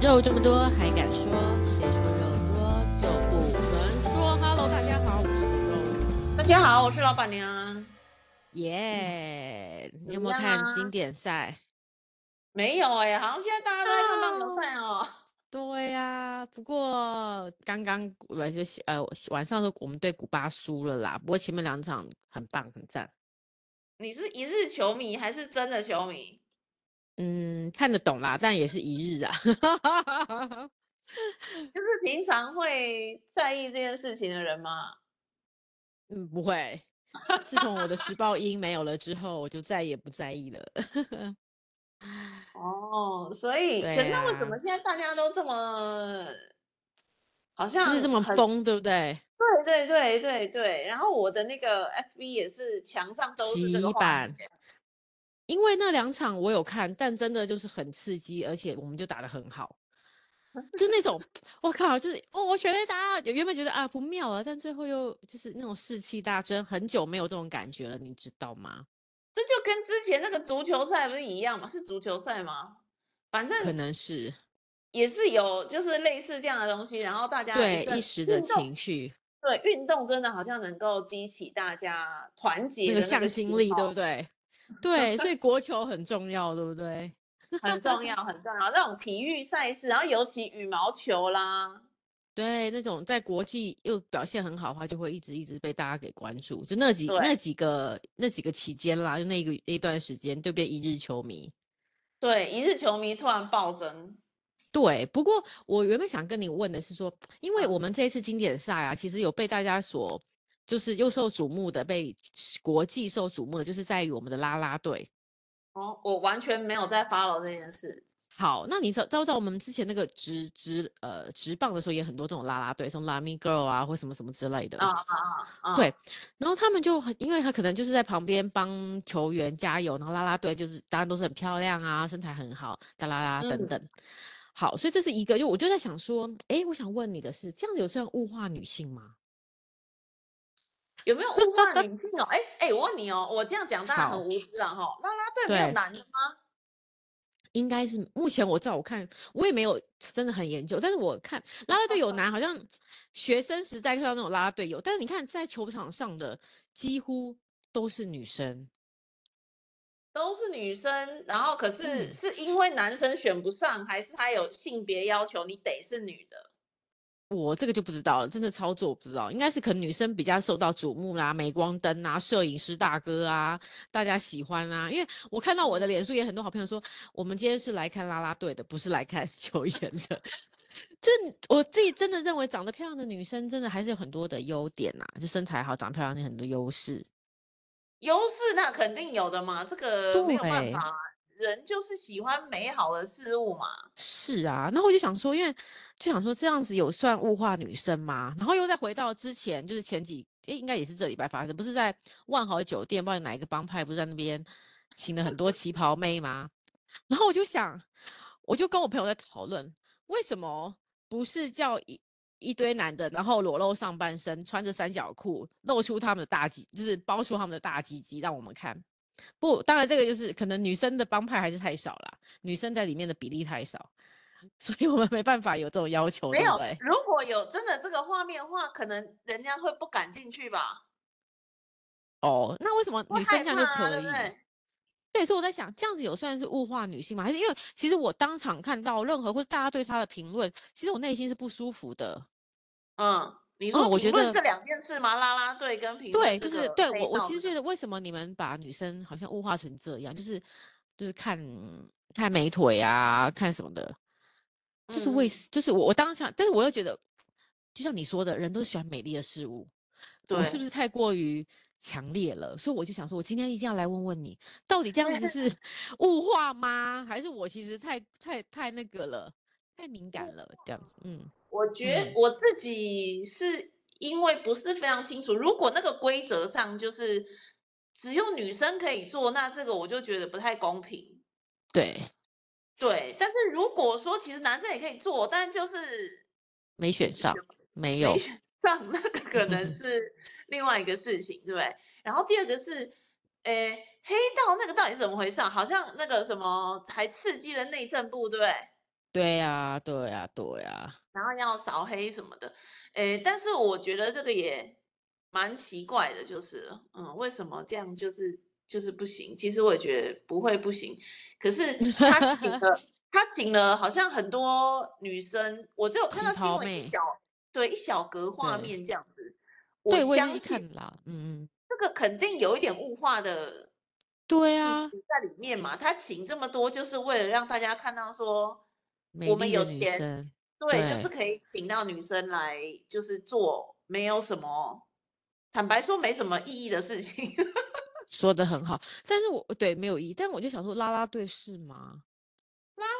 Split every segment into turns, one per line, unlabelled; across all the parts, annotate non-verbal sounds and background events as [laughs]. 肉这么多还敢说？谁说肉多就不能说？Hello，大家好，我是肉。
大家好，我是老板娘。
耶、你有
怎
没
么
有
样
看
啊
经典赛？
没有哎、好像现在大家都在看棒球赛哦。
啊对呀、不过刚刚古呃就是呃晚上的时候我们对古巴输了啦，不过前面两场很棒，很赞。
你是一日球迷还是真的球迷？
嗯，看得懂啦，但也是一日啊。
就是平常会在意这件事情的人吗？
嗯，不会。自从我的时报音没有了之后，我就再也不在意了。
哦，所以可
对
是那为什
啊
么现在大家都这么好像
就是这么
很
疯，对不对？
对对对对对，然后我的那个 FB 也是墙上都是这个
洗
画面
版因为那两场我有看，但真的就是很刺激，而且我们就打得很好，就那
[laughs]
种我靠，就是哦，我全力打，原本觉得啊不妙啊，但最后又就是那种士气大增，很久没有这种感觉了，你知道吗？
这就跟之前那个足球赛不是一样吗？是足球赛吗？反正
可能是
也是有，就是类似这样的东西，然后大家
对
阵
一时的
运动
情绪，
对运动真的好像能够激起大家团结
那
的
个向
喜
心力，对
好
不对？对，
[laughs]
所以国球很重要，对不对？
很重要，很重要。那种体育赛事，然后尤其羽毛球啦，
对，那种在国际又表现很好的话，就会一直一直被大家给关注。就那几那
对
几个那几个期间啦，就那个那段时间，就变一日球迷。
对，一日球迷突然暴增，
对，不过我原本想跟你问的是说，因为
嗯
我们这一次经典赛啊，其实有被大家所就是又受瞩目的，被国际受瞩目的，就是在于我们的啦啦队。
哦，我完全没有在 follow 这件事。
好，那你知道知道我们之前那个直直呃直棒的时候，也很多这种啦啦队，什么拉米 girl 啊，或什么什么之类的。
啊啊啊！啊
对，然后他们就很，因为他可能就是在旁边帮球员加油，然后啦啦队就是当然都是很漂亮啊，身材很好，哒啦啦等
嗯
等。好，所以这是一个，就我就在想说，诶，我想问你的是，这样子有算物化女性吗？
有没有物化女性哦？哎哎，我问你哦，我这样讲大家
好
很无知啊哈。啦啦队没
对
有男的吗？
应该是目前我知道，我看我也没有真的很研究，但是我看啦啦队有男，好像学生时代看到那种啦啦队有，但是你看在球场上的几乎都是女生。
都是女生，然后可是、
嗯
是因为男生选不上，还是他有性别要求，你得是女的？
我这个就不知道了，真的操作我不知道，应该是可能女生比较受到瞩目啦，镁光灯啊，摄影师大哥啊，大家喜欢啊。因为我看到我的脸书也很多好朋友说，我们今天是来看啦啦队的，不是来看 [laughs] 球员的。这我自己真的认为，长得漂亮的女生真的还是有很多的优点呐、就身材好、长得漂亮有很多优势。
优势那肯定有的嘛，这个没有办
对
法，人就是喜欢美好的事物嘛。
是啊，然后我就想说，因为就想说这样子有算物化女生吗？然后又再回到之前，就是前几，诶，应该也是这礼拜发生，不是在万豪酒店，不知道哪一个帮派，不是在那边请了很多旗袍妹吗？然后我就想，我就跟我朋友在讨论，为什么不是叫一一堆男的，然后裸露上半身，穿着三角裤，露出他们的大鸡，就是包出他们的大鸡鸡，让我们看。不，当然这个就是可能女生的帮派还是太少啦，女生在里面的比例太少， [laughs] 所以我们没办法有这种要求，
没
对不
有
对，？
如果有真的这个画面的话，可能人家会不敢进去吧，
哦，那为什么
会
女生
害
这样就
怕啊
可
对不
以？
对？
对，所以我在想，这样子有算是物化女性吗？还是因为其实我当场看到任何或者大家对她的评论，其实我内心是不舒服的。
嗯，你
嗯
说
我
评
觉
论
得
这两件事吗？啦啦队跟评
对，
论这
就是
个
对
黑
我，我
道
其实
的
觉得为什么你们把女生好像物化成这样，就是就是看看美腿啊，看什么的，就是为
嗯嗯
是，就是我我当场，但是我又觉得，就像你说的，人都喜欢美丽的事物，我是不
对
是太过于强烈了？所以我就想说，我今天一定要来问问你，到底这样子 [laughs] 是物化吗？还是我其实太太太那个了，太敏感了，这样子，嗯，
我觉
嗯
我自己是因为不是非常清楚，如果那个规则上就是只有女生可以做，那这个我就觉得不太公平。
对，
对，但是如果说其实男生也可以做，但就是
没选上，没有
没，选 [laughs] 上，那个
[laughs]
可能是另外一个事情，对不对？然后第二个是，诶，黑道那个到底是怎么回事啊？好像那个什么还刺激了内政部，对不对？
对呀，对呀，对啊呀，
然后要扫黑什么的，诶，但是我觉得这个也蛮奇怪的，就是了，嗯，为什么这样就是就是不行？其实我也觉得不会不行，可是他请
[laughs]
了他请了好像很多女生，我只有看
旗
到新
袍
闻一
妹，
小对一小格画
对，
面这样子，我
对我也是
相
一
信
看啦，嗯嗯，
这个肯定有一点物化的
对
意
啊，
思在里面嘛。他请这么多，就是为了让大家看到说，
美
我们
丽的
有
女
钱，
生，
对，就是
对，
可以请到女生来，就是做没有什么，坦白说没什么意义的事情。
说的很好，但是我对没有意义，但我就想说啦啦队是吗？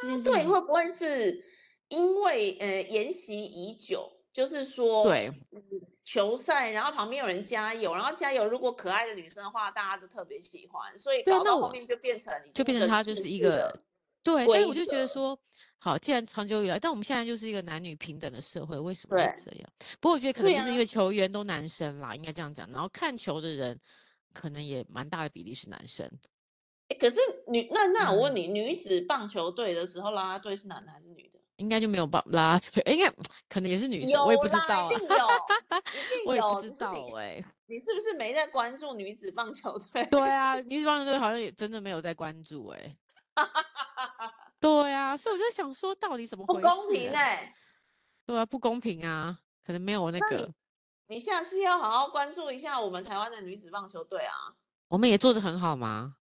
这
[laughs]
件事
对，
情，
会不会是因为呃沿袭已久，就是说，
对
嗯，球赛，然后旁边有人加油，然后加油，如果可爱的女生的话，大家都特别喜欢，所以
对啊，
搞
那
到后
我
面就变成已
就
经
变
一
成
个
他
制
就是一
式
个
的
对，所以我
规
就觉得
则。
说，好，既然长久以来，但我们现在就是一个男女平等的社会，为什么会
对，
这样？不过我觉得可能
对
就
啊，
是因为球员都男生啦，应该这样讲，然后看球的人可能也蛮大的比例是男生，
诶可是女那那我问
嗯，
你，女子棒球队的时候，啦啦队是男的还是女的？
应该就没有把 [laughs] 啦啦队，应该可能也是女生，我也
有
不知
啦，
道
一
啊，
定有，一
[laughs]
定
我也不
有，
知
只是
道
你 [laughs]
哎、
你是不是没在关注女子棒球队？ [laughs]
对啊，女子棒球队好像也真的没有在关注哎、对啊，所以我在想说，到底怎么
不
回
公
事
平
啊？
哎、
对啊，不公平啊，可能没有那
那你
个。
你下次要好好关注一下我们台湾的女子棒球队啊！
我们也做得很好吗？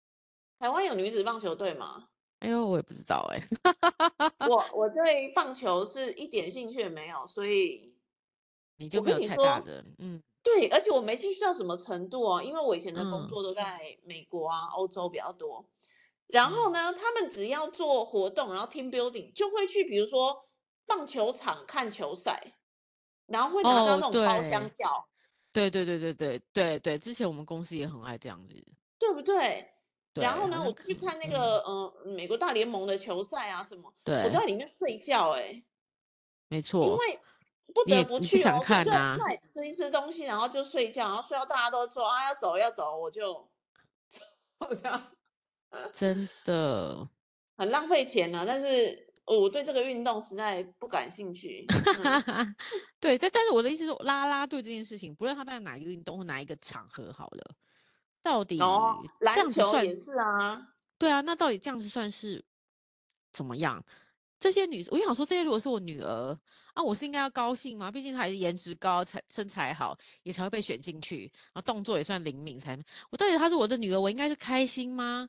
台湾有女子棒球队吗？
哎呦，我也不知道哎、 [laughs]
我我对棒球是一点兴趣也没有，所以
你就
我
没
跟
有
你
太大
说，
的，嗯
对，而且我没兴趣到什么程度哦，因为我以前的工
嗯
作都在美国啊、欧洲比较多。然后
嗯，
呢，他们只要做活动，然后 team building 就会去，比如说棒球场看球赛，然后会拿到
哦，
那种包厢
对
票，
对对对对对对对，之前我们公司也很爱这样子，
对不对？然
对，
后
好
呢，
像
我
可
去看那
嗯，
个呃美国大联盟的球赛啊什么，我都
对，
在里面睡觉哎、
没
因
错，
为不
你
得
也
不
你不
去
想
哦，所以
看
就在
呐、
那里吃一吃东西，然后就睡觉，然后睡到大家都说啊要走要走，我就 [laughs] 好像
真的，
很浪费钱了、但是呃我对这个运动实在不感兴
[laughs]
趣， [laughs] 嗯。
对，但但是我的意思是说，啦啦队这件事情，不论他在哪一个运动或哪一个场合，好了，到
哦，
底这
篮
样子
球
算
也是啊，
对啊，那到底这样子算是怎么样？这些女，我就想说，这些如果是我女儿啊，我是应该要高兴吗？毕竟她还是颜值高，才身材好，也才会被选进去，然后动作也算灵敏才。我到底她是我的女儿，我应该是开心吗？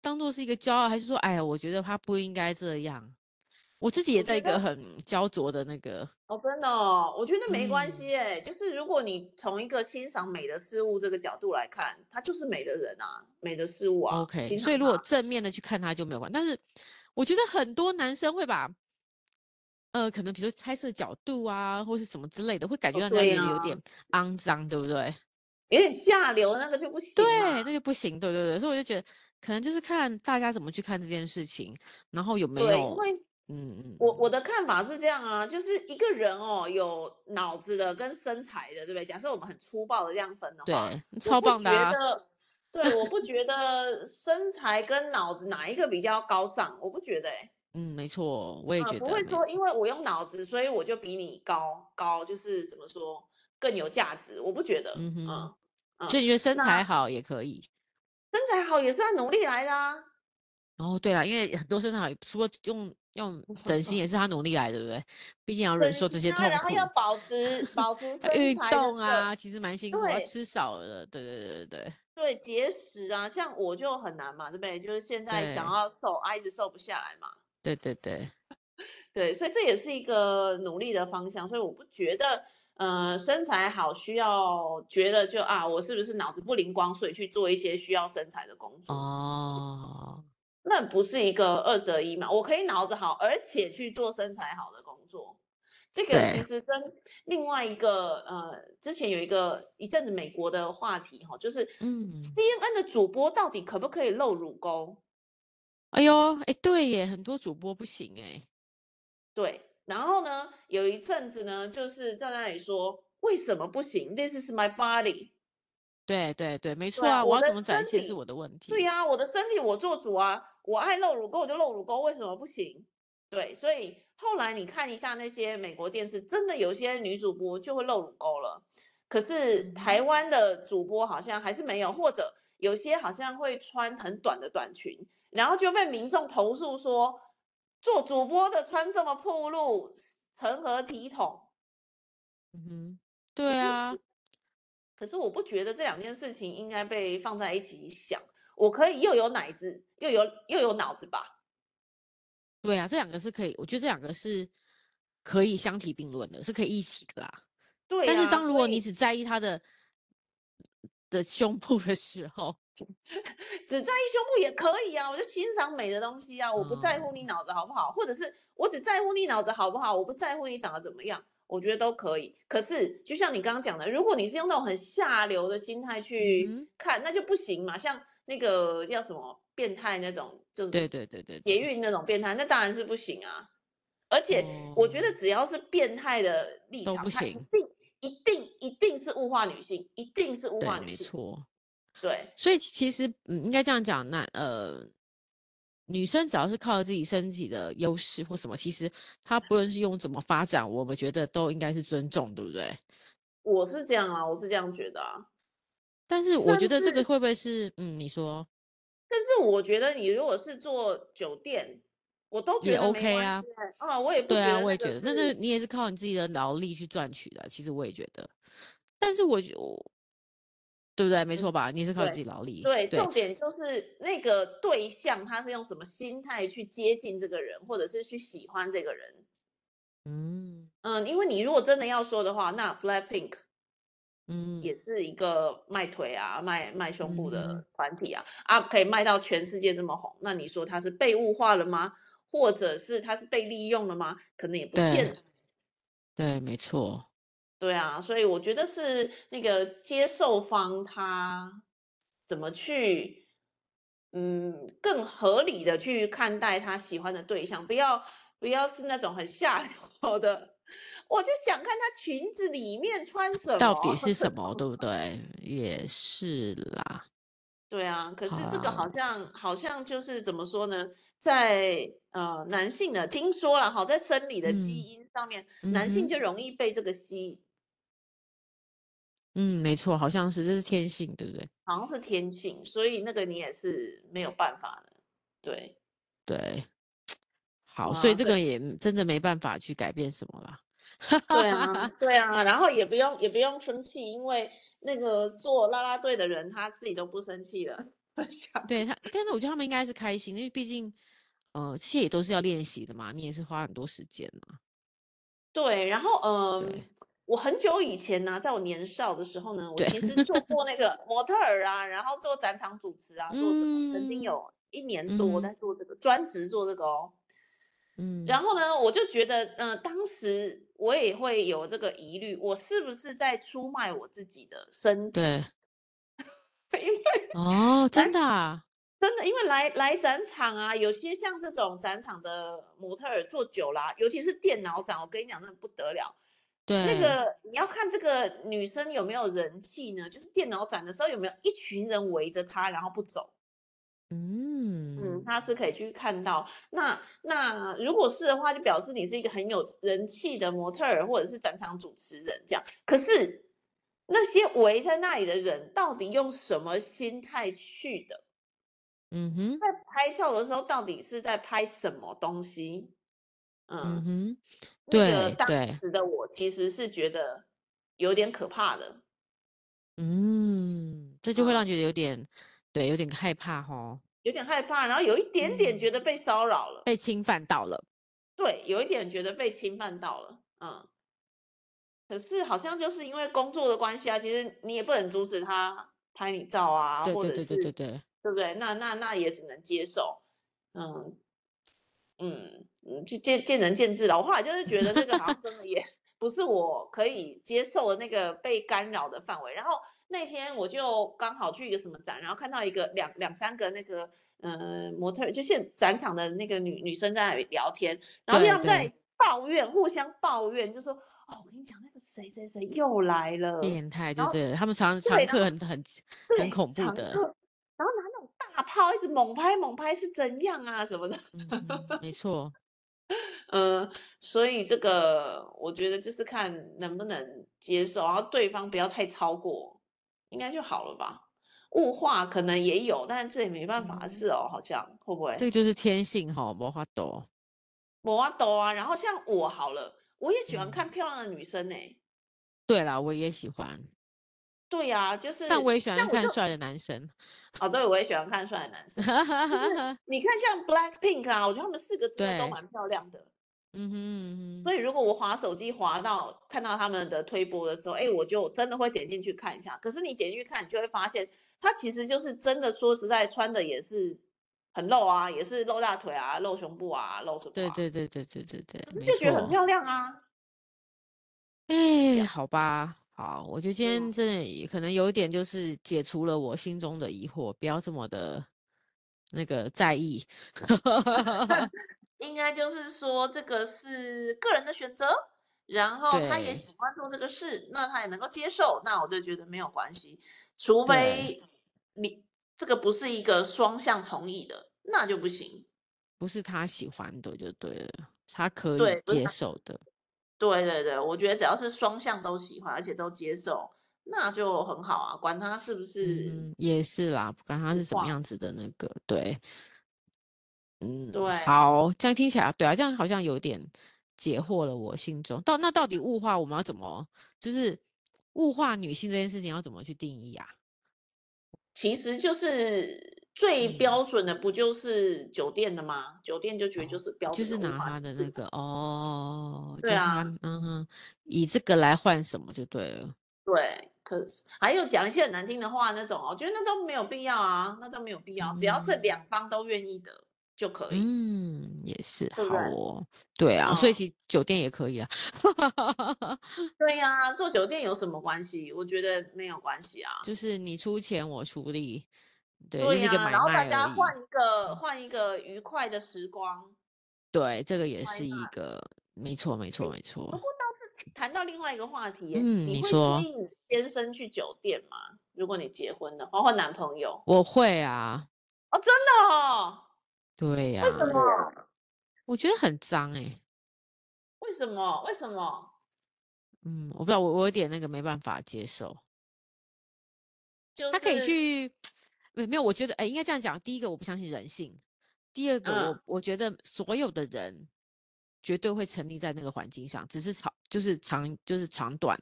当做是一个骄傲，还是说，哎呀，我觉得她不应该这样？我自己也
我
在
觉
一
得
个很焦灼的那个，
哦，真的哦，我觉得没关
嗯，
系诶，就是如果你从一个欣赏美的事物这个角度来看，它就是美的人啊，美的事物啊，
OK，
欣
所以
赏
如果
它。
正面的去看他就没有关，但是我觉得很多男生会把呃，可能比如说拍摄角度啊，或是什么之类的，会感觉
哦，
让人家
对
觉得有点
啊，
肮脏，对不对？
有点下流那个就不行
对，
嘛。
那就不行，对对对，所以我就觉得可能就是看大家怎么去看这件事情，然后有没
对，因
有，
为
嗯嗯
我我
嗯，
的看法是这样啊，就是一个人哦，有脑子的跟身材的，对不对？假设我们很粗暴的这样分的话，
对，
我
超
不
棒的
觉
啊， [laughs]
得，对，我不觉得身材跟脑子哪一个比较高尚，我不觉得欸
嗯，没错，我也
啊，
觉
不
得
会
没，
说因为我用脑子，所以我就比你高高，就是怎么说更有价值？我不觉得，
嗯哼，
嗯嗯，
所以你觉得身
那
材好也可以。
身材好也是要努力来的啊，
哦，对了，因为很多身材好，除了用
[laughs]
用整形，也是他努力来的，对不对？毕竟要忍
整
受这
形
些
啊，
痛
然后要
苦，[laughs]
保持保持
要
身
运
材的
动
这个，
啊，其实蛮辛苦，要
对
吃少了，对对对对
对，节食啊，像我就很难嘛，对不对？就是现在想
对
要瘦啊，一直瘦不下来嘛，
对对对
对，所以这也是一个努力的方向，所以我不觉得。呃，身材好需要觉得就啊，我是不是脑子不灵光，所以去做一些需要身材的工
对，
作？
哦，
嗯那不是一个二择一嘛？我可以脑子好，而且去做身材好的工作。这个
对，
其实跟另外一个呃，之前有一个一阵子美国的话题哈、就是
嗯，
CNN 的主播到底可不可以露乳沟？
哎呦，哎，对耶，很多主播不行哎，
对，然后呢，有一阵子呢，就是在那里说为什么不行？This is my body，
对对对，没错
对，
啊，我
我
要
的
怎么展
身
现是
体，
我的问
对
题，
呀、我的身体我做主啊，我爱露乳沟我就露乳沟，为什么不行？对，所以后来你看一下那些美国电视，真的有些女主播就会露乳沟了，可是台湾的主播好像还是没有，或者有些好像会穿很短的短裙，然后就被民众投诉说，做主播的穿这么暴露，成何体统？
嗯哼，对啊，
可是我不觉得这两件事情应该被放在一起想，我可以又有奶子，又有又有脑子吧？
对啊，这两个是可以，我觉得这两个是可以相提并论的，是可以一起的啦。
对、啊，
但是当如
所
果你
以
只在意他的的胸部的时候，
只在意胸部也可以啊，我就欣赏美的东西啊，我不在乎
嗯
你脑子好不好，或者是我只在乎你脑子好不好，我不在乎你长得怎么样，我觉得都可以。可是就像你刚刚讲的，如果你是用那种很下流的心态
嗯哼
去看，那就不行嘛。像那个叫什么变态那种，就是
对对对对对，
捷运那种变态，那当然是不行啊。而且我觉得只要是变态的立
哦都
场，
不
他一
行
定一定一定是物化女性，一定是物
对，
化女
没
性。
错。
对，
所以其实，嗯，应该这样讲，那呃，女生只要是靠自己身体的优势或什么，其实她不论是用怎么发展，我们觉得都应该是尊重，对不对？
我是这样啊，我是这样觉得啊。
但是我
但
觉得这个
是
会不会是，嗯，你说
但是我觉得你如果是做酒店，我都
也
觉得没
OK
关
啊？
系啊，啊我也不
对
觉
啊，
得
我
那
也
个
觉得，那那
是，
你也是靠你自己的劳力去赚取的，其实我也觉得。但是我觉我对不对？没
嗯，
错吧？你也是靠你自
对
己劳力，
对，
对，
重点就是那个对象他是用什么心态去接近这个人，或者是去喜欢这个人。
嗯
嗯，因为你如果真的要说的话，那 BLACKPINK
嗯
也是一个卖腿啊、卖卖胸
嗯
部
哼，
的团体啊，啊，可以卖到全世界这么红，那你说他是被物化了吗？或者是他是被利用了吗？可能也不见
对
得。
对，没错。
对啊，所以我觉得是那个接受方他怎么去，嗯，更合理的去看待他喜欢的对象，不要不要是那种很下流的， [laughs] 我就想看他裙子里面穿什
到底
么。啊
是什么，对不对？也是啦，
对啊，可
好
是这
啦，
个好像好像就是怎么说呢，在呃男性的听说了哈，在生理的基
嗯
因上面，
嗯
男性
哼，
就容易被这个吸引，
嗯，没错，好像是，这是天性，对不对？
好像是天性，所以那个你也是没有办法的。
[laughs]
对，
对，好，所以
哇，
这
所以
个也真的没办法去改变什么啦。
对啊，对啊，然后也不用也不用生气，因为那个做啦啦队的人他自己都不生气
[laughs]
了，想
对他，但是我觉得他们应该是开心的，因为毕竟，呃，这些也都是要练习的嘛，你也是花很多时间嘛，
对，然后嗯，
对
我很久以前呢、在我年少的时候呢，我
对，
其实
[laughs]
做过那个模特儿啊，然后做展场主持啊，做什么，曾经
嗯
有一年
嗯
多我
哼
在做这个，专职做这个哦。
嗯
然后呢，我就觉得，嗯、当时我也会有这个疑虑，我是不是在出卖我自己的身体？
对，
[laughs] 因为
哦，真
来
的啊，
真的，因为来来展场啊，有些像这种展场的模特儿做久啦、尤其是电脑展，我跟你讲，那不得了。那
对，
个你要看这个女生有没有人气呢？就是电脑展的时候有没有一群人围着她，然后不走。嗯，
嗯，
她是可以去看到。那那如果是的话，就表示你是一个很有人气的模特儿或者是展场主持人这样。可是那些围在那里的人，到底用什么心态去的？
嗯哼，
在拍照的时候，到底是在拍什么东西？
嗯
嗯，
哼，
那个
对
当
对。
时的我其实是觉得有点可怕的。
嗯，这就会让
嗯，
你觉得有点，对，有点害怕吼，
有点害怕，然后有一点点觉
嗯，
得被骚扰了，
被侵犯到了，
对，有一点觉得被侵犯到了，嗯，可是好像就是因为工作的关系啊，其实你也不能阻止他拍你照啊，
对
或
对
者
对
是
对对对，
对不对？那那那也只能接受，嗯嗯嗯，就见见仁见智了。我后来就是觉得那个好像
[laughs]
真的也不是我可以接受的那个被干扰的范围。然后那天我就刚好去一个什么展，然后看到一个两两三个那个呃模特儿，就现展场的那个女女生在那里聊天，然后就
对
他们在
对，
抱怨，互相抱怨，就说哦，我跟你讲那个谁谁谁又来了，
变态
呃然
就
后
对了，他们常常
对，然
客
后。
很很很
对，
恐怖
常
的，
客，然后拿那种大炮一直猛拍猛拍是怎样啊什么的， [laughs]
嗯嗯，没错，
呃，所以这个我觉得就是看能不能接受，然后对方不要太超过，应该就好了吧。物化可能也有，但是这也没办法的
嗯
事哦，好像会不会？
这个就是天性哈，魔法斗。
我啊抖啊，然后像我好了，我也喜欢
嗯
看漂亮的女生呢、
对啦，我也喜欢，
对呀、就是
但我也喜
像
欢
我
看
就
帅的男生。
哦，对，我也喜欢看帅的男
[laughs]
生。就是你看像 Blackpink 啊，我觉得他们四个真的都
对
蛮漂亮的。
嗯哼嗯
所
哼，
以如果我滑手机滑到看到他们的推播的时候，哎，我就真的会点进去看一下。可是你点进去看，你就会发现，他其实就是真的说实在穿的也是很露啊，也是露大腿啊，露胸部啊，露什么、啊，
对对对对对对对，
可是
没
就觉得很
错。
漂亮啊。
哎，
样
好吧，好，我觉得今天
嗯，
真的也可能有一点就是解除了我心中的疑惑，不要这么的那个在意。
应该就是说这个是个人的选择，然后他也
对
喜欢做这个事，那他也能够接受，那我就觉得没有关系，除
对，
非你这个不是一个双向同意的，那就不行。
不是他喜欢的就对了，他可以
对，不是
接受的。
对对对，我觉得只要是双向都喜欢，而且都接受，那就很好啊，管他是不
嗯
是
哼，也是啦，不管他
物
是什么
化。
样子的那个，对，嗯，
对，
好，这样听起来，对啊，这样好像有点解惑了我心中。到那到底物化我们要怎么，就是物化女性这件事情要怎么去定义啊？
其实就是最
嗯，
标准的，不就是酒店的吗？酒店就觉得就
哦，
是标
就
准
是
的物
拿
化女
他的那
性。
个哦，
对
就是他，
啊，
嗯哼，以这个来换什么就对了。
对。可是还有讲一些很难听的话那种哦，我觉得那都没有必要啊，那都没有必要，只要是
嗯。
两方都愿意的就可以，
嗯，也是
对不对？
好哦，对啊，所以
嗯。
其实酒店也可以啊。
对呀，做酒店有什么关系？我觉得没有关系啊。
就是你出钱我出力，对，就
对
是一个
呀，
买
然后大
卖而
家
已。
换一个
嗯
换一个愉快的时光
对，这个也
，Why
是一
not？
个，没错，没错，
哎，
没
不
错。
过倒是谈到另外一个话题耶，
嗯，
你
你
会建
说
议你先生去酒店吗？如果你结婚的话，或男朋友？
我会啊，
哦，真的哦？
对呀、
为什么？
我觉得很脏哎、
为什么？为什么？
嗯，我不知道，我我有点那个没办法接受。
就
他可以
[laughs] 是
去，没没有，我觉得哎、应该这样讲。第一个，我不相信人性；第二个，我
嗯，
我觉得所有的人绝对会沉溺在那个环境上，只是长就是长就是长短。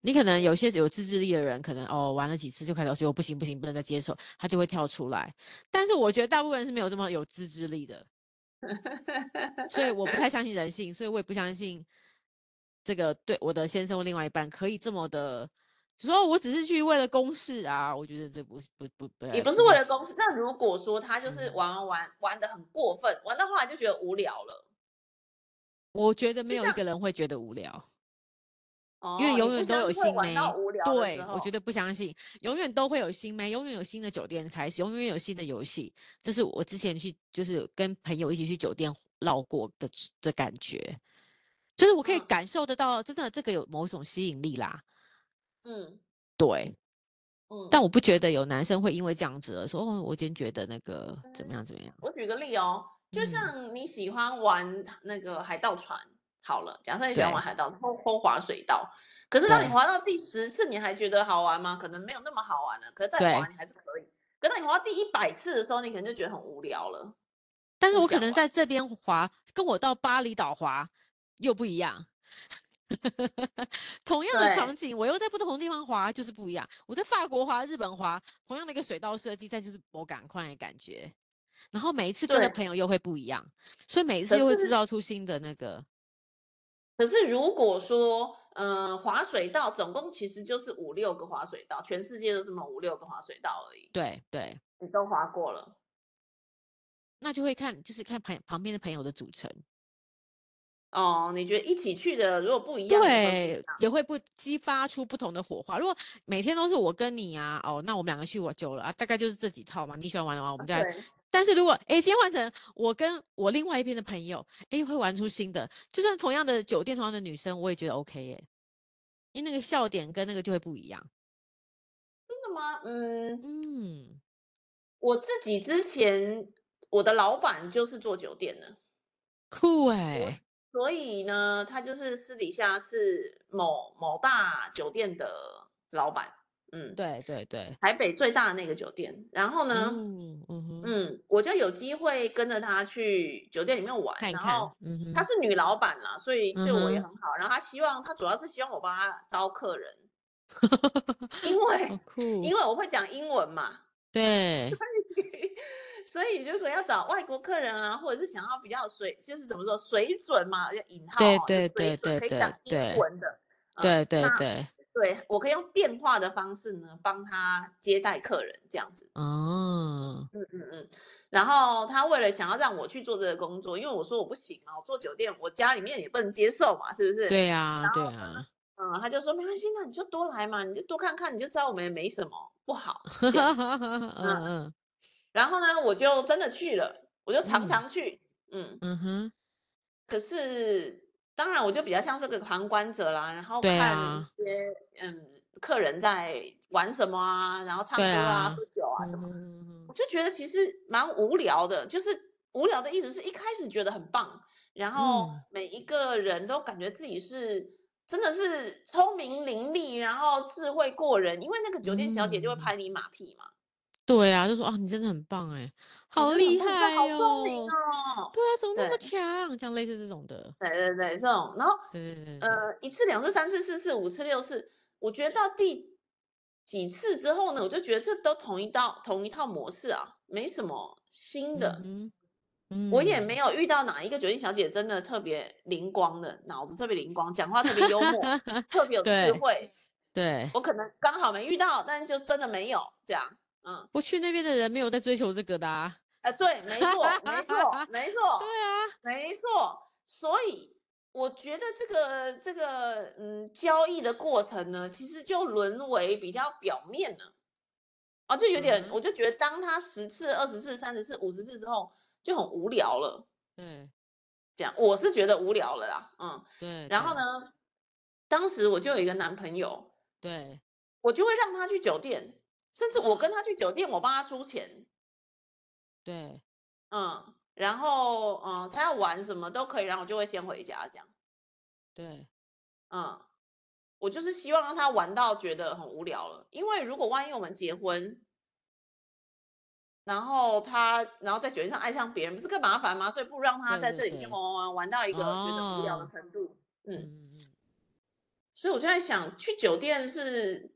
你可能有些有自制力的人，可能哦玩了几次就开始哦觉得不行不行，不能再接受，他就会跳出来。但是我觉得大部分人是没有这么有自制力的，所以我不太相信人性，所以我也不相信这个对我的先生或另外一半可以这么的，就说我只是去为了公事啊，我觉得这不是不不不
也
呃
不是
不
为
太
了
符，
公司。那如果说他就是
嗯，
玩玩玩玩的很过分，玩到后来就觉得无聊了，
我觉得没
就
有
这
一
样。
个人会觉得无聊，因为
哦，你
永
不
远都
相
有
信会
新
玩到
妹。
无聊的时
对，我绝
候。
对不相信，永远都会有新妹，永远有新的酒店开始，永远有新的游戏。这是我之前去，就是跟朋友一起去酒店绕过的的感觉，就是我可以
嗯
感受得到，真的这个有某种吸引力啦。
嗯
对，但
嗯
我不觉得有男生会因为这样子而说，哦，我今天觉得那个怎么
嗯，
样怎么样。
我举个例哦，就
嗯，
像你喜欢玩那个海盗船，好了，假设你喜欢玩
对
海盗或或滑水道，可是当你
对
滑到第十次，你还觉得好玩吗？可能没有那么好玩了，可是再
对，
滑你还是可以。可是当你滑到第一百次的时候，你可能就觉得很无聊了，
但是
不
我可
想
能
玩。
在这边滑，跟我到巴厘岛滑又不一样。同样的场
对
景，我又在不同地方滑，就是不一样。我在法国滑、日本滑，同样的一个水道设计，但就是我感快的感觉。然后每一次跟的
对，
朋友又会不一样，所以每一次
可
又会制
是
造出新的那个。
可是如果说，嗯、滑水道总共其实就是五六个滑水道，全世界就这么五六个滑水道而已，
对对，
你都滑过了。
那就会看，就是看旁旁边的朋友的组成。
哦，你觉得一起去的如果不一样，也会不一
对，
样。
也会不激发出不同的火花。如果每天都是我跟你啊，哦，那我们两个去我久了啊，大概就是这几套嘛。你喜欢玩的话，我
啊
们再。
对，
但是如果诶，今天换成我跟我另外一边的朋友，诶，会玩出新的。就算同样的酒店，同样的女生，我也觉得 OK 耶，因为那个笑点跟那个就会不一样。
真的吗？嗯，
嗯，
我自己之前我的老板就是做酒店的，
酷哎、
所以呢，他就是私底下是某某大酒店的老板，嗯，
对对对，
台北最大的那个酒店。然后呢，
嗯嗯哼，
嗯，我就有机会跟着他去酒店里面玩，
看一
然
看
后，
嗯哼，
她是女老板啦，所以对我也
嗯
很好。然后她希望，她主要是希望我帮她招客
[laughs]
人，因为
好酷，
因为我会讲英文嘛，
对，
[laughs] 所以如果要找外国客人啊，或者是想要比较水，就是怎么说水准嘛，要引号
对
哦
对
就水
对
准
对
可以讲
对对
英文的，呃
对对
那
对，
对我可以用电话的方式呢帮她接待客人这样子。
哦，
嗯嗯嗯，然后他为了想要让我去做这个工作，因为我说我不行啊，我做酒店，我家里面也不能接受嘛，是不是？
对呀
然
对啊
后
呀，。
嗯，他就说没关系，那你就多来嘛，你就多看看，你就知道我们也没什么不好 [laughs] 这样
嗯嗯
然后呢，我就真的去了，我就常
嗯
常去，嗯，
嗯哼，
可是当然我就比较像是个旁观者啦，然后
对
看
啊
一些嗯客人在玩什么啊，然后唱歌
对
啊、
啊
喝酒啊什
嗯
么，
哼
我就觉得其实蛮无聊的，就是无聊的意思是一开始觉得很棒，然后
嗯
每一个人都感觉自己是真的是聪明伶俐，然后智慧过人，因为那个酒店小姐就会
嗯
拍你马屁嘛，
对呀，就说啊，你真的很棒哎，
你
好
真的
厉
很棒
害
你真的好聪明
哟，
哦，
对啊，怎么那么
对
强？像类似这种的，
对对对，这种，然后
对对对对，
呃一次、两次、三次、四次、五次、六次，我觉得到第几次之后呢，我就觉得这都同一道同一套模式啊，没什么新的。
嗯哼，
我也
嗯
没有遇到哪一个酒店小姐真的特别灵光的，脑子特别灵光，讲话特别幽默，
[laughs]
特别有智
对
慧。
嗯对，
我可能刚好没遇到，但就真的没有这样。嗯，
我去那边的人没有在追求这个的啊，
哎、对，没错，没错，没错
对，啊，
没错。所以我觉得这个这个嗯交易的过程呢，其实就沦为比较表面了。啊，就有点，
嗯
我就觉得当他十次、二十次、三十次、五十次之后，就很无聊了。
对
这样，我是觉得无聊了啦，嗯。
对，
然后
对
呢，当时我就有一个男朋友，
对，
我就会让他去酒店，甚至我跟
啊
他去酒店，我帮他出钱，
对，
嗯。然后，嗯，他要玩什么都可以，然后我就会先回家这样，
对，
嗯。我就是希望让他玩到觉得很无聊了，因为如果万一我们结婚，然后他然后在酒店上爱上别人，不是更麻烦吗？所以不如让他
对
在
对
这里
对
面玩玩玩玩到一个觉得无聊的
哦
程度，嗯。
嗯嗯
所以我就在想，去酒店是，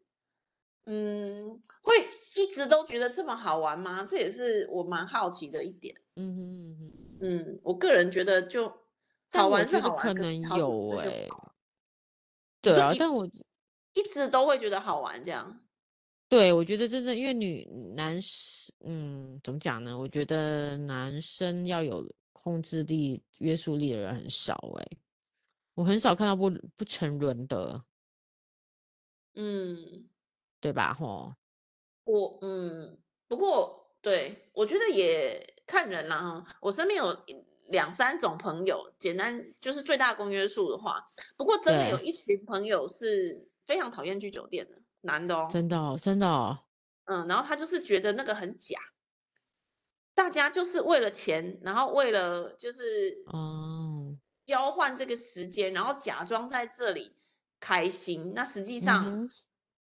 嗯，会一直都觉得这么好玩吗？这也是我蛮好奇的一点。
嗯哼嗯哼。
嗯，我个人觉得就
但
好
我
玩是
觉得
好
可
玩，可是
能
好几
有
次
哎、
就
对
就
啊，
一
但我
一直都会觉得好玩这样。
对我觉得真的，因为女男士，嗯，怎么讲呢？我觉得男生要有控制力、约束力的人很少哎、我很少看到不不沉沦的，
嗯，
对吧？吼，
我嗯，不过对我觉得也看人啦哈。我身边有两三种朋友，简单就是最大公约数的话，不过真的有
对
一群朋友是非常讨厌去酒店的，男的哦。
真的哦，真的哦，
嗯，然后他就是觉得那个很假，大家就是为了钱，然后为了就是
哦，
交换这个时间，然后假装在这里开心，那实际
嗯
上
哼，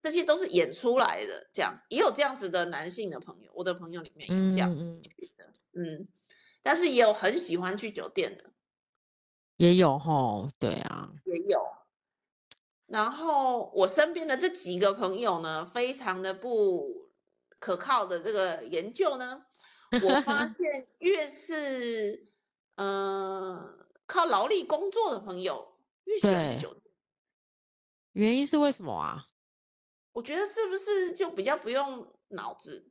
这些都是演出来的。这样也有这样子的男性的朋友，我的朋友里面有这样
嗯
子
嗯，
的，嗯，但是也有很喜欢去酒店的，
也有吼，对啊，
也有。然后我身边的这几个朋友呢，非常的不可靠的这个研究呢，我
[laughs]
发现越是呃靠劳力工作的朋友，越喜欢去
对
酒店。
原因是为什么啊？
我觉得是不是就比较不用脑子？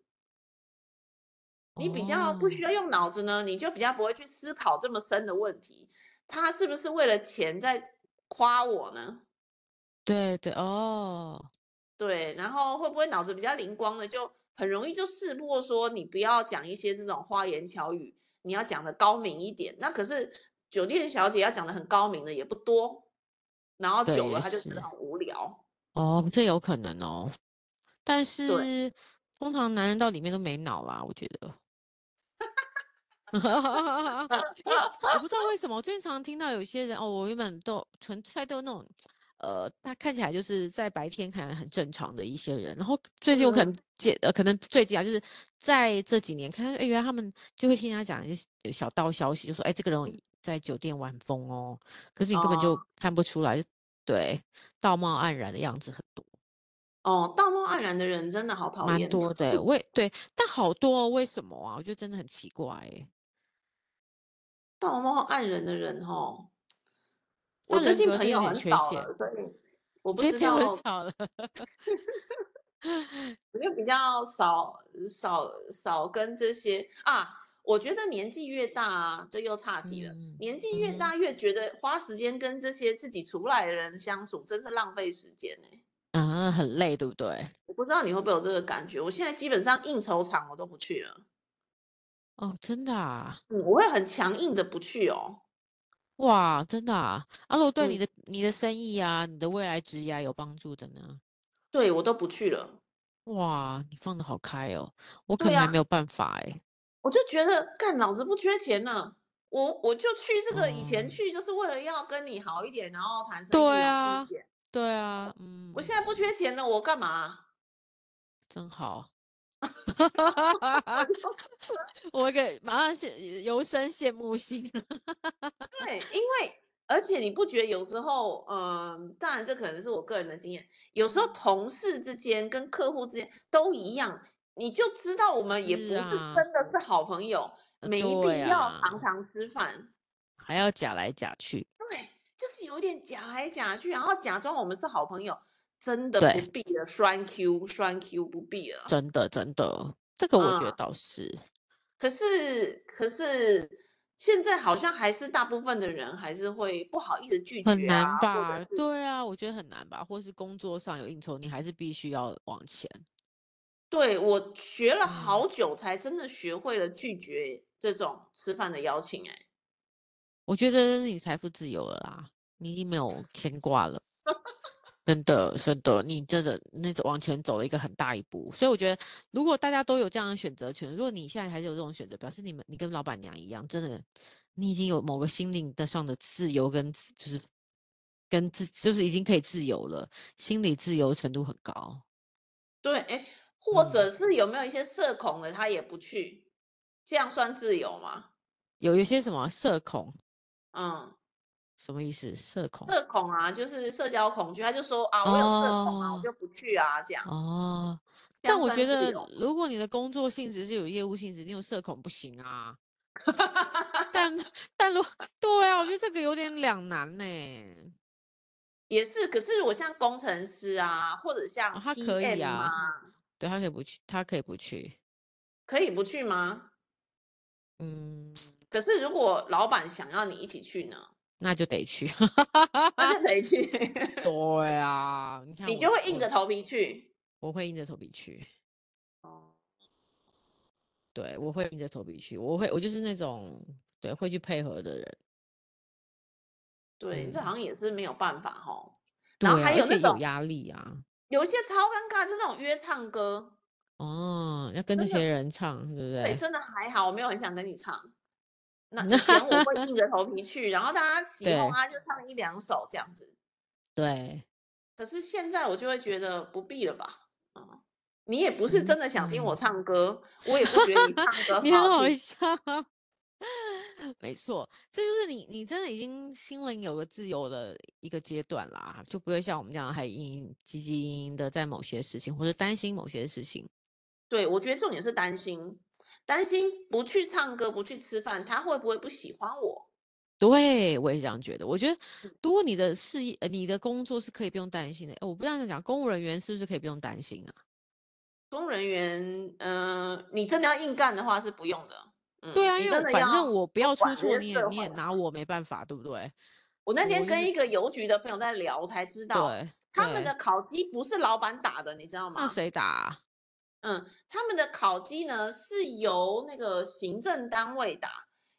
你比较不
哦
需要用脑子呢，你就比较不会去思考这么深的问题。他是不是为了钱在夸我呢？
对对哦，
对，然后会不会脑子比较灵光的，就很容易就识破说你不要讲一些这种花言巧语，你要讲的高明一点。那可是酒店小姐要讲的很高明的也不多，然后
对，
久
也
了她就觉
是
得很无聊。
哦，这有可能哦。但
对，
是通常男人到里面都没脑啦，我觉得。因为我不知道为什么，我最近常常听到有一些人哦，我原本都纯粹都那种，呃，他看起来就是在白天看起来很正常的一些人，然后最近我可能见、呃，可能最近啊，就是在这几年看，哎，原来他们就会听他讲就是有小道消息，就说哎，这个人在酒店玩疯哦，可是你根本
哦
就看不出来，对，道貌岸然的样子很多。
哦，道貌岸然的人真的好讨厌，哦
蛮多的，为对，但好多、哦、为什么啊？我觉得真的很奇怪哎。
道貌岸然的人哦，
他
我最
人
近
格
朋
真的有
友
点
很
缺
少
陷
了，所以我不
这
知
篇
道
很，少了，
我就比较少少少跟这些啊。我觉得年纪越大啊，这又差题了。
嗯
年纪越
嗯
大，越觉得花时间跟这些自己处不来的人相处，真是浪费时间呢、
啊，很累，对不对？
我不知道你会不会有这个感觉。我现在基本上应酬场我都不去了，
哦，真的啊，
嗯，我会很强硬的不去哦。
哇，真的啊，啊，如果对
嗯
你的你的生意啊，你的未来职业有帮助的呢？
对我都不去了。
哇，你放的好开哦，我可
对
能还
呀、
没有办法哎。
我就觉得干老子不缺钱呢，我我就去这个以前
哦，
去就是为了要跟你好一点，然后谈生意
对
容易一
啊，
点。
对啊，
我
嗯，
现在不缺钱了，我干嘛？
真 [laughs] 好。
我就
我给马上羡由生羡慕心啊了。
对，因为而且你不觉得有时候，嗯、当然这可能是我个人的经验，有时候同事之间跟客户之间都一样，你就知道我们也
是
不是
啊，
真的是好朋友，
呃
没
对
必要
啊，
常常吃饭。
[laughs] 还要假来假去，
对，就是有点假来假去，然后假装我们是好朋友，真的不
对，
必了，栓 Q 栓 Q 不必了。
真的真的，这个我觉得
嗯，
倒是。
可是可是现在好像还是大部分的人还是会不好意思拒
很
绝
难
啊，或者
吧？
是
对啊，我觉得很难吧，或是工作上有应酬，你还是必须要往前。
对我学了
嗯，
好久才真的学会了拒绝这种吃饭的邀请、哎，
我觉得你财富自由了啦，你已经没有牵挂了，真的，真的，你真的那种往前走了一个很大一步。所以我觉得，如果大家都有这样的选择权，如果你现在还是有这种选择，表示你们你跟老板娘一样，真的，你已经有某个心灵的上的自由跟自就是跟自就是已经可以自由了，心理自由程度很高。
对，哎，或
嗯。
者是有没有一些社恐的他也不去，这样算自由吗？
有一些什么社恐，
嗯。
什么意思？社恐
社恐啊，就是社交恐惧，他就说啊，我有社恐啊，我
哦
就不去啊，这样
哦，
这
但
样
我
算
觉
自
得
由吗？
如果你的工作性质是有业务性质，你有社恐不行啊。但
[laughs]
但如对啊，我觉得这个有点两难呢、
也是，可是我像工程师啊，或者
哦，
像
他可以
PM
啊，
啊，
对他可以不去，他可以不去。
可以不去吗？
嗯，
可是如果老板想要你一起去呢，
那就得
[laughs]
去。
那就得去，
[laughs] 对啊，你看
你就
我
会硬
我
着头皮去。
我会硬着头皮去，
哦，
对我会硬着头皮去，我会我就是那种对会去配合的人。
对，这好
嗯，
像也是没有办法哦。然后
对啊，
还
而
有那
且有
种
压力啊。
有一些超尴尬，就那种约唱歌，
哦，要跟这
真
些
的
人唱，对不
对，
对？
真的还好，我没有很想跟你唱。那以前我
[laughs]
会硬着头皮去，然后大家起哄
对
啊，就唱一两首这样子。
对，
可是现在我就会觉得不必了吧，嗯，你也不是
嗯
真的想听我
嗯，
唱歌，我也不觉得你
[laughs]
唱歌
你很
好
好
听，
笑， [laughs] 没错，这就是你，你真的已经心灵有个自由的一个阶段啦，就不会像我们这样还阴阴唧唧阴阴的在某些事情，或者担心某些事情。
对，我觉得重点是担心，担心不去唱歌，不去吃饭，他会不会不喜欢我？
对，我也这样觉得。我觉得，
嗯
如果你的事业、呃你的工作是可以不用担心的，呃我不这样讲，公务人员是不是可以不用担心啊？
工人员，嗯、你真的要硬干的话是不用的，
对
嗯，
啊，因
你
为我
真的
反
要
正我不
要
要出
管这
错，
些
你也
社
你
会
也
啊。
拿我没办法，对不对？
我那天
我就
跟
是
一个邮局的朋友在聊，才知道
对
他们
对，
的烤鸡不是老板打的，你知道
那
吗？
谁打啊？
嗯，他们的烤鸡呢是由那个行政单位打，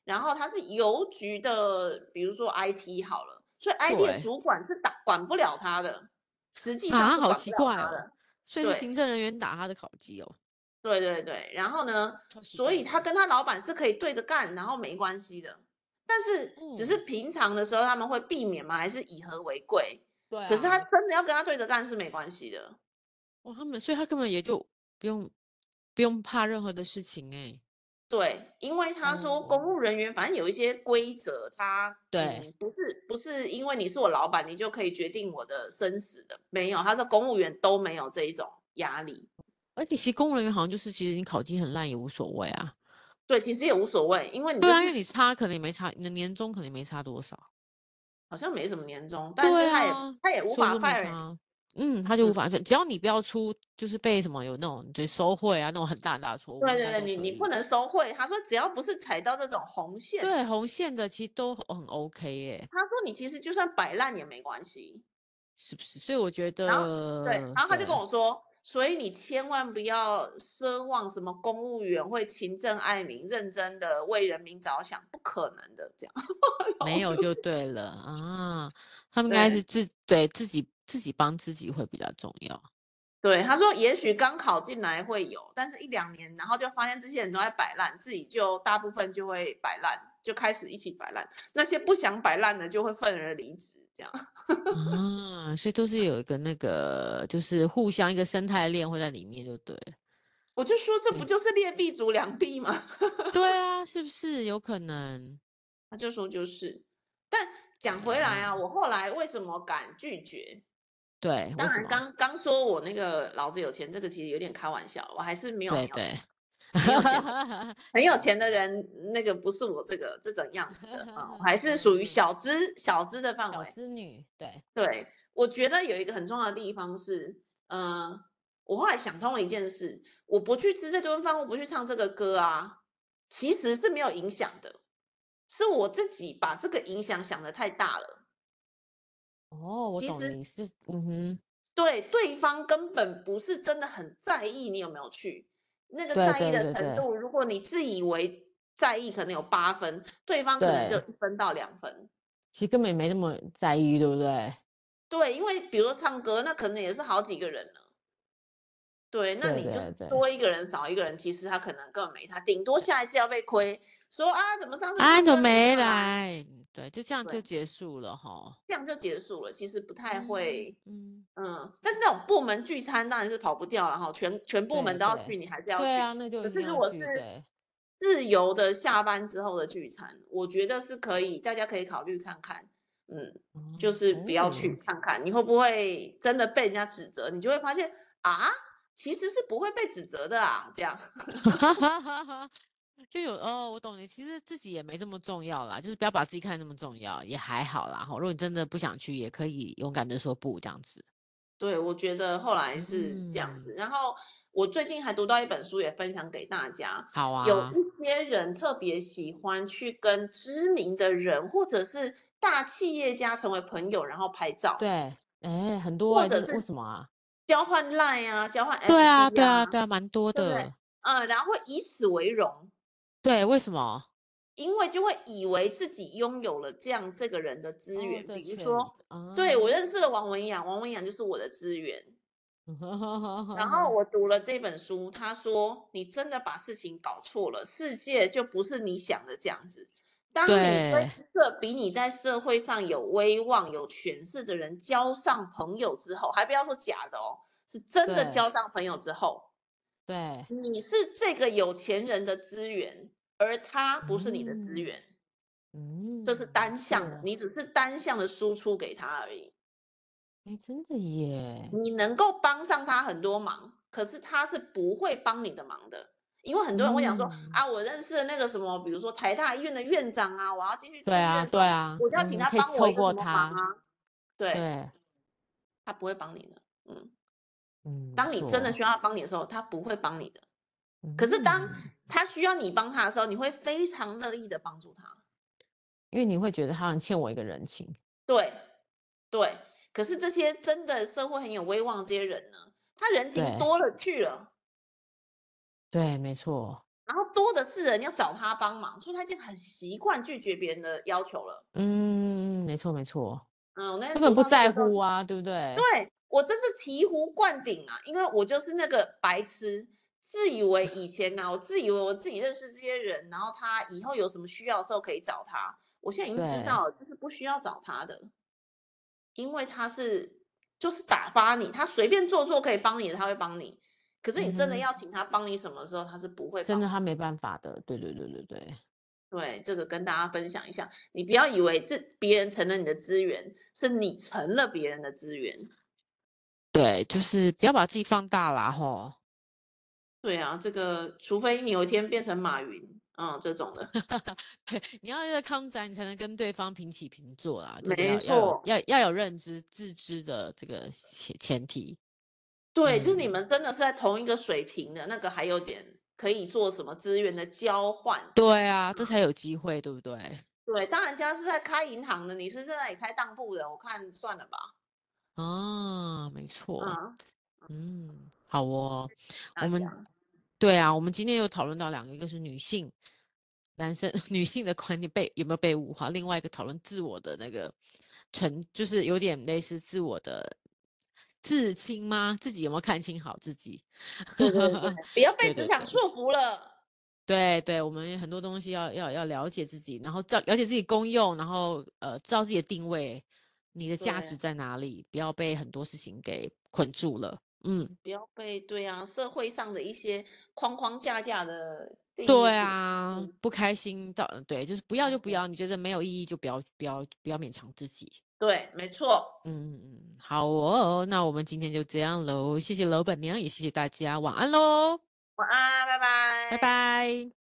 然后它是邮局的，比如说 IT 好了，所以 IT 的
对
主管是打管不了他的，实际上
啊，
是
好
管不
奇
了
怪
他
哦，
的。
所以是
对
行政人员打他的烤鸡哦。
对对对，然后呢，
超奇
所以
怪
他跟他老板是可以对着干，然后没关系的。但是只
嗯
是平常的时候他们会避免吗？还是以和为贵？
对啊、
可是他真的要跟他对着干是没关系的。
哇，哦他们所以他根本也就不用不用怕任何的事情哎、
对，因为他说公务人员反正有一些规则，他
哦对
嗯不是不是因为你是我老板，你就可以决定我的生死的，没有，他说公务员都没有这一种压力。
而且其实公务人员好像就是，其实你考绩很烂也无所谓啊。
对，其实也无所谓，因为你就
对啊，因
是
为你差可能也没差，你的年终可能也没差多少。
好像没什么年终，但是
对
他也、
啊
他也无
所以
法
说没
fire 人
差。嗯，他就无
嗯
法，只要你不要出，就是被什么有那种就收贿啊那种很大很大的错误。
对
应
对
该
对，
都
你
可
你
以
不能收贿。他说只要不是踩到这种红线，
对红线的，其实都很很 OK 耶、
他说你其实就算摆烂也没关系。
是不是？所以我觉得
然对，然后他就跟
嗯对
我说，所以你千万不要奢望什么公务员会勤政爱民、认真的为人民着想，不可能的。这样 [laughs]
没有就对了啊，他们应该
对
是自对自己自己帮自己会比较重要。
对，他说也许刚考进来会有，但是一两年，然后就发现这些人都在摆烂，自己就大部分就会摆烂，就开始一起摆烂。那些不想摆烂的就会愤而离职，这样。 [laughs]
啊，所以都是有一个那个，就是互相一个生态链会在里面，就对
[laughs]
了。
我就说这不
对
就是劣币逐良币吗？ [laughs]
对啊，是不是有可能？
他就说就是，但讲回
嗯
来啊，我后来为什么敢拒绝？
对，为
当
什
然
么？
刚刚说我那个老子有钱，这个其实有点开玩笑，我还是没有
对
很有
对，
有很有钱的人，那个不是我这个这种样
[laughs]
子的啊、我还是属于
嗯
小资小资的范
小
围。
资女，对，
对，我觉得有一个很重要的地方是，嗯，我后来想通了一件事，我不去吃这顿饭，我不去唱这个歌啊，其实是没有影响的，是我自己把这个影响想的太大了。
哦，我
其
懂
实
你是，嗯哼，
对，对方根本不是真的很在意你有没有去，那个
对
在意
对对
的
对
程度，如果你自以为在意，可能有八分，对方可能只有
对
一分到两分。
其实根本也没那么在意，对不对？
对，因为比如说唱歌，那可能也是好几个人了。对，那
对
你就是
对对
多一个人少一个人，其实他可能根本没差，顶多下一次要被亏，说啊怎么上次
啊，
唱
你怎
歌
么
你
没
来，
来？对，就这样
对
就结束了哈。
这样就结束了，其实不太
嗯
会，
嗯，
嗯，但是那种部门聚餐当然是跑不掉了哈，全全部门
对
都要
对
去，你还是要去。
对啊，那就
可
一定
是如
要
果
去，
是
对，
自由的下班之后的聚餐，我觉得是可以，大家可以考虑看看，嗯，就
哦
是不要去
哦
看看，你会不会真的被人家指责？你就会发现啊，其实是不会被指责的啊，这样。 [laughs]
哈哈哈哈， [laughs] 就有哦，我懂你。其实自己也没这么重要啦，就是不要把自己看那么重要，也还好啦。哈，如果你真的不想去，也可以勇敢的说不，这样子。
对，我觉得后来是这样子。
嗯
然后我最近还读到一本书，也分享给大家。
好啊，
有一些人特别喜欢去跟知名的人或者是大企业家成为朋友，然后拍照，
对，哎，很多
或
哎、这
者
个为
是
什么啊？
交换 Line 啊，交换 FB
对啊，对啊，对啊，蛮多
对不对
的。
呃，然后会以此为荣，
对，为什么？
因为就会以为自己拥有了这样这个人的资
哦
源，
的
比如
权
说，
啊，
对我认识了王文雅，王文雅就是我的资源。然
哦
后我读了这本书，他说你真的把事情搞错了，世界就不是你想的这样子。当你跟
对
一个比你在社会上有威望、有权势的人交上朋友之后，还不要说假的哦，是真的
对
交上朋友之后，
[laughs] 对，
你是这个有钱人的资源，而他不是你的
嗯
资源，
嗯，
这是单向的
是，
你只是单向的输出给他而已。
哎，真的耶，
你能够帮上他很多忙，可是他是不会帮你的忙的，因为很多人会讲说、
嗯
啊，我认识的那个什么，比如说台大医院的院长啊，我要进去住
对啊，
院，
对啊，
我就要请
嗯
他
可以
帮我
透
一个
过
什么忙
他，
啊，对
对，
他不会帮你的。嗯，
嗯，没
当你真的
错
需要他帮你的时候，他不会帮你的。可是当
嗯
他需要你帮他的时候，你会非常乐意的帮助他。
因为你会觉得他很欠我一个人情，
对，对。可是这些真的社会很有威望的这些人呢，他人情
对
多了去了。
对，没错，
然后多的是人要找他帮忙，所以他已经很习惯拒绝别人的要求了。
嗯，没错，没错，
嗯，我那
他
天
根本不
读到这
在
个时候
乎啊，对不对？
对我真是醍醐灌顶啊！因为我就是那个白痴，自以为以前呐、我自以为我自己认识这些人，然后他以后有什么需要的时候可以找他。我现在已经
对
知道了，就是不需要找他的，因为他是就是打发你，他随便做做可以帮你的，他会帮你。可是你真的
嗯哼
要请他帮你什么的时候，他是不会
真
帮
的他没办法的，对对对对对，
对，这个跟大家分享一下，你不要以为这别人成了你的资源，是你成了别人的资源。
对，就是不要把自己放大啦，吼。 [laughs]
对啊，这个除非你有一天变成马云，嗯，这种的， [laughs]
对，你要要抗战，你才能跟对方平起平坐啦。这个
没
要要有
错
要要有认知、自知的这个前前提。
对，就是你
嗯
们真的是在同一个水平的，那个还有点可以做什么资源的交换。
对啊，这才有机会，对不对？
对，当然人家是在开银行的，你是在那里开当铺的，我看算了吧。
啊，没错。
啊，
嗯，好哦。
大
们
家
对啊，我们今天又讨论到两个，一个是女性、男生、 [laughs] 女性的观念被有没有被物化，另外一个讨论自我的那个成，就是有点类似自我的自清吗？自己有没有看清好自己？
对对对，不要被
对对
职场
对
束缚了。
[laughs] 对对，我们很多东西要要要了解自己，然后知道了解自己功用，然后呃知道自己的定位，你的价
对
值在哪里，不要被很多事情给捆住了。嗯，
不要被对啊社会上的一些框框架架的定义束
对啊
嗯，
不开心到对，就是不要就不
嗯
要，你觉得没有意义就不要不要不要勉强自己。
对，没错，
嗯嗯嗯，好哦，那我们今天就这样喽，谢谢老板娘，也谢谢大家，晚安喽，
晚安，拜拜，
拜拜。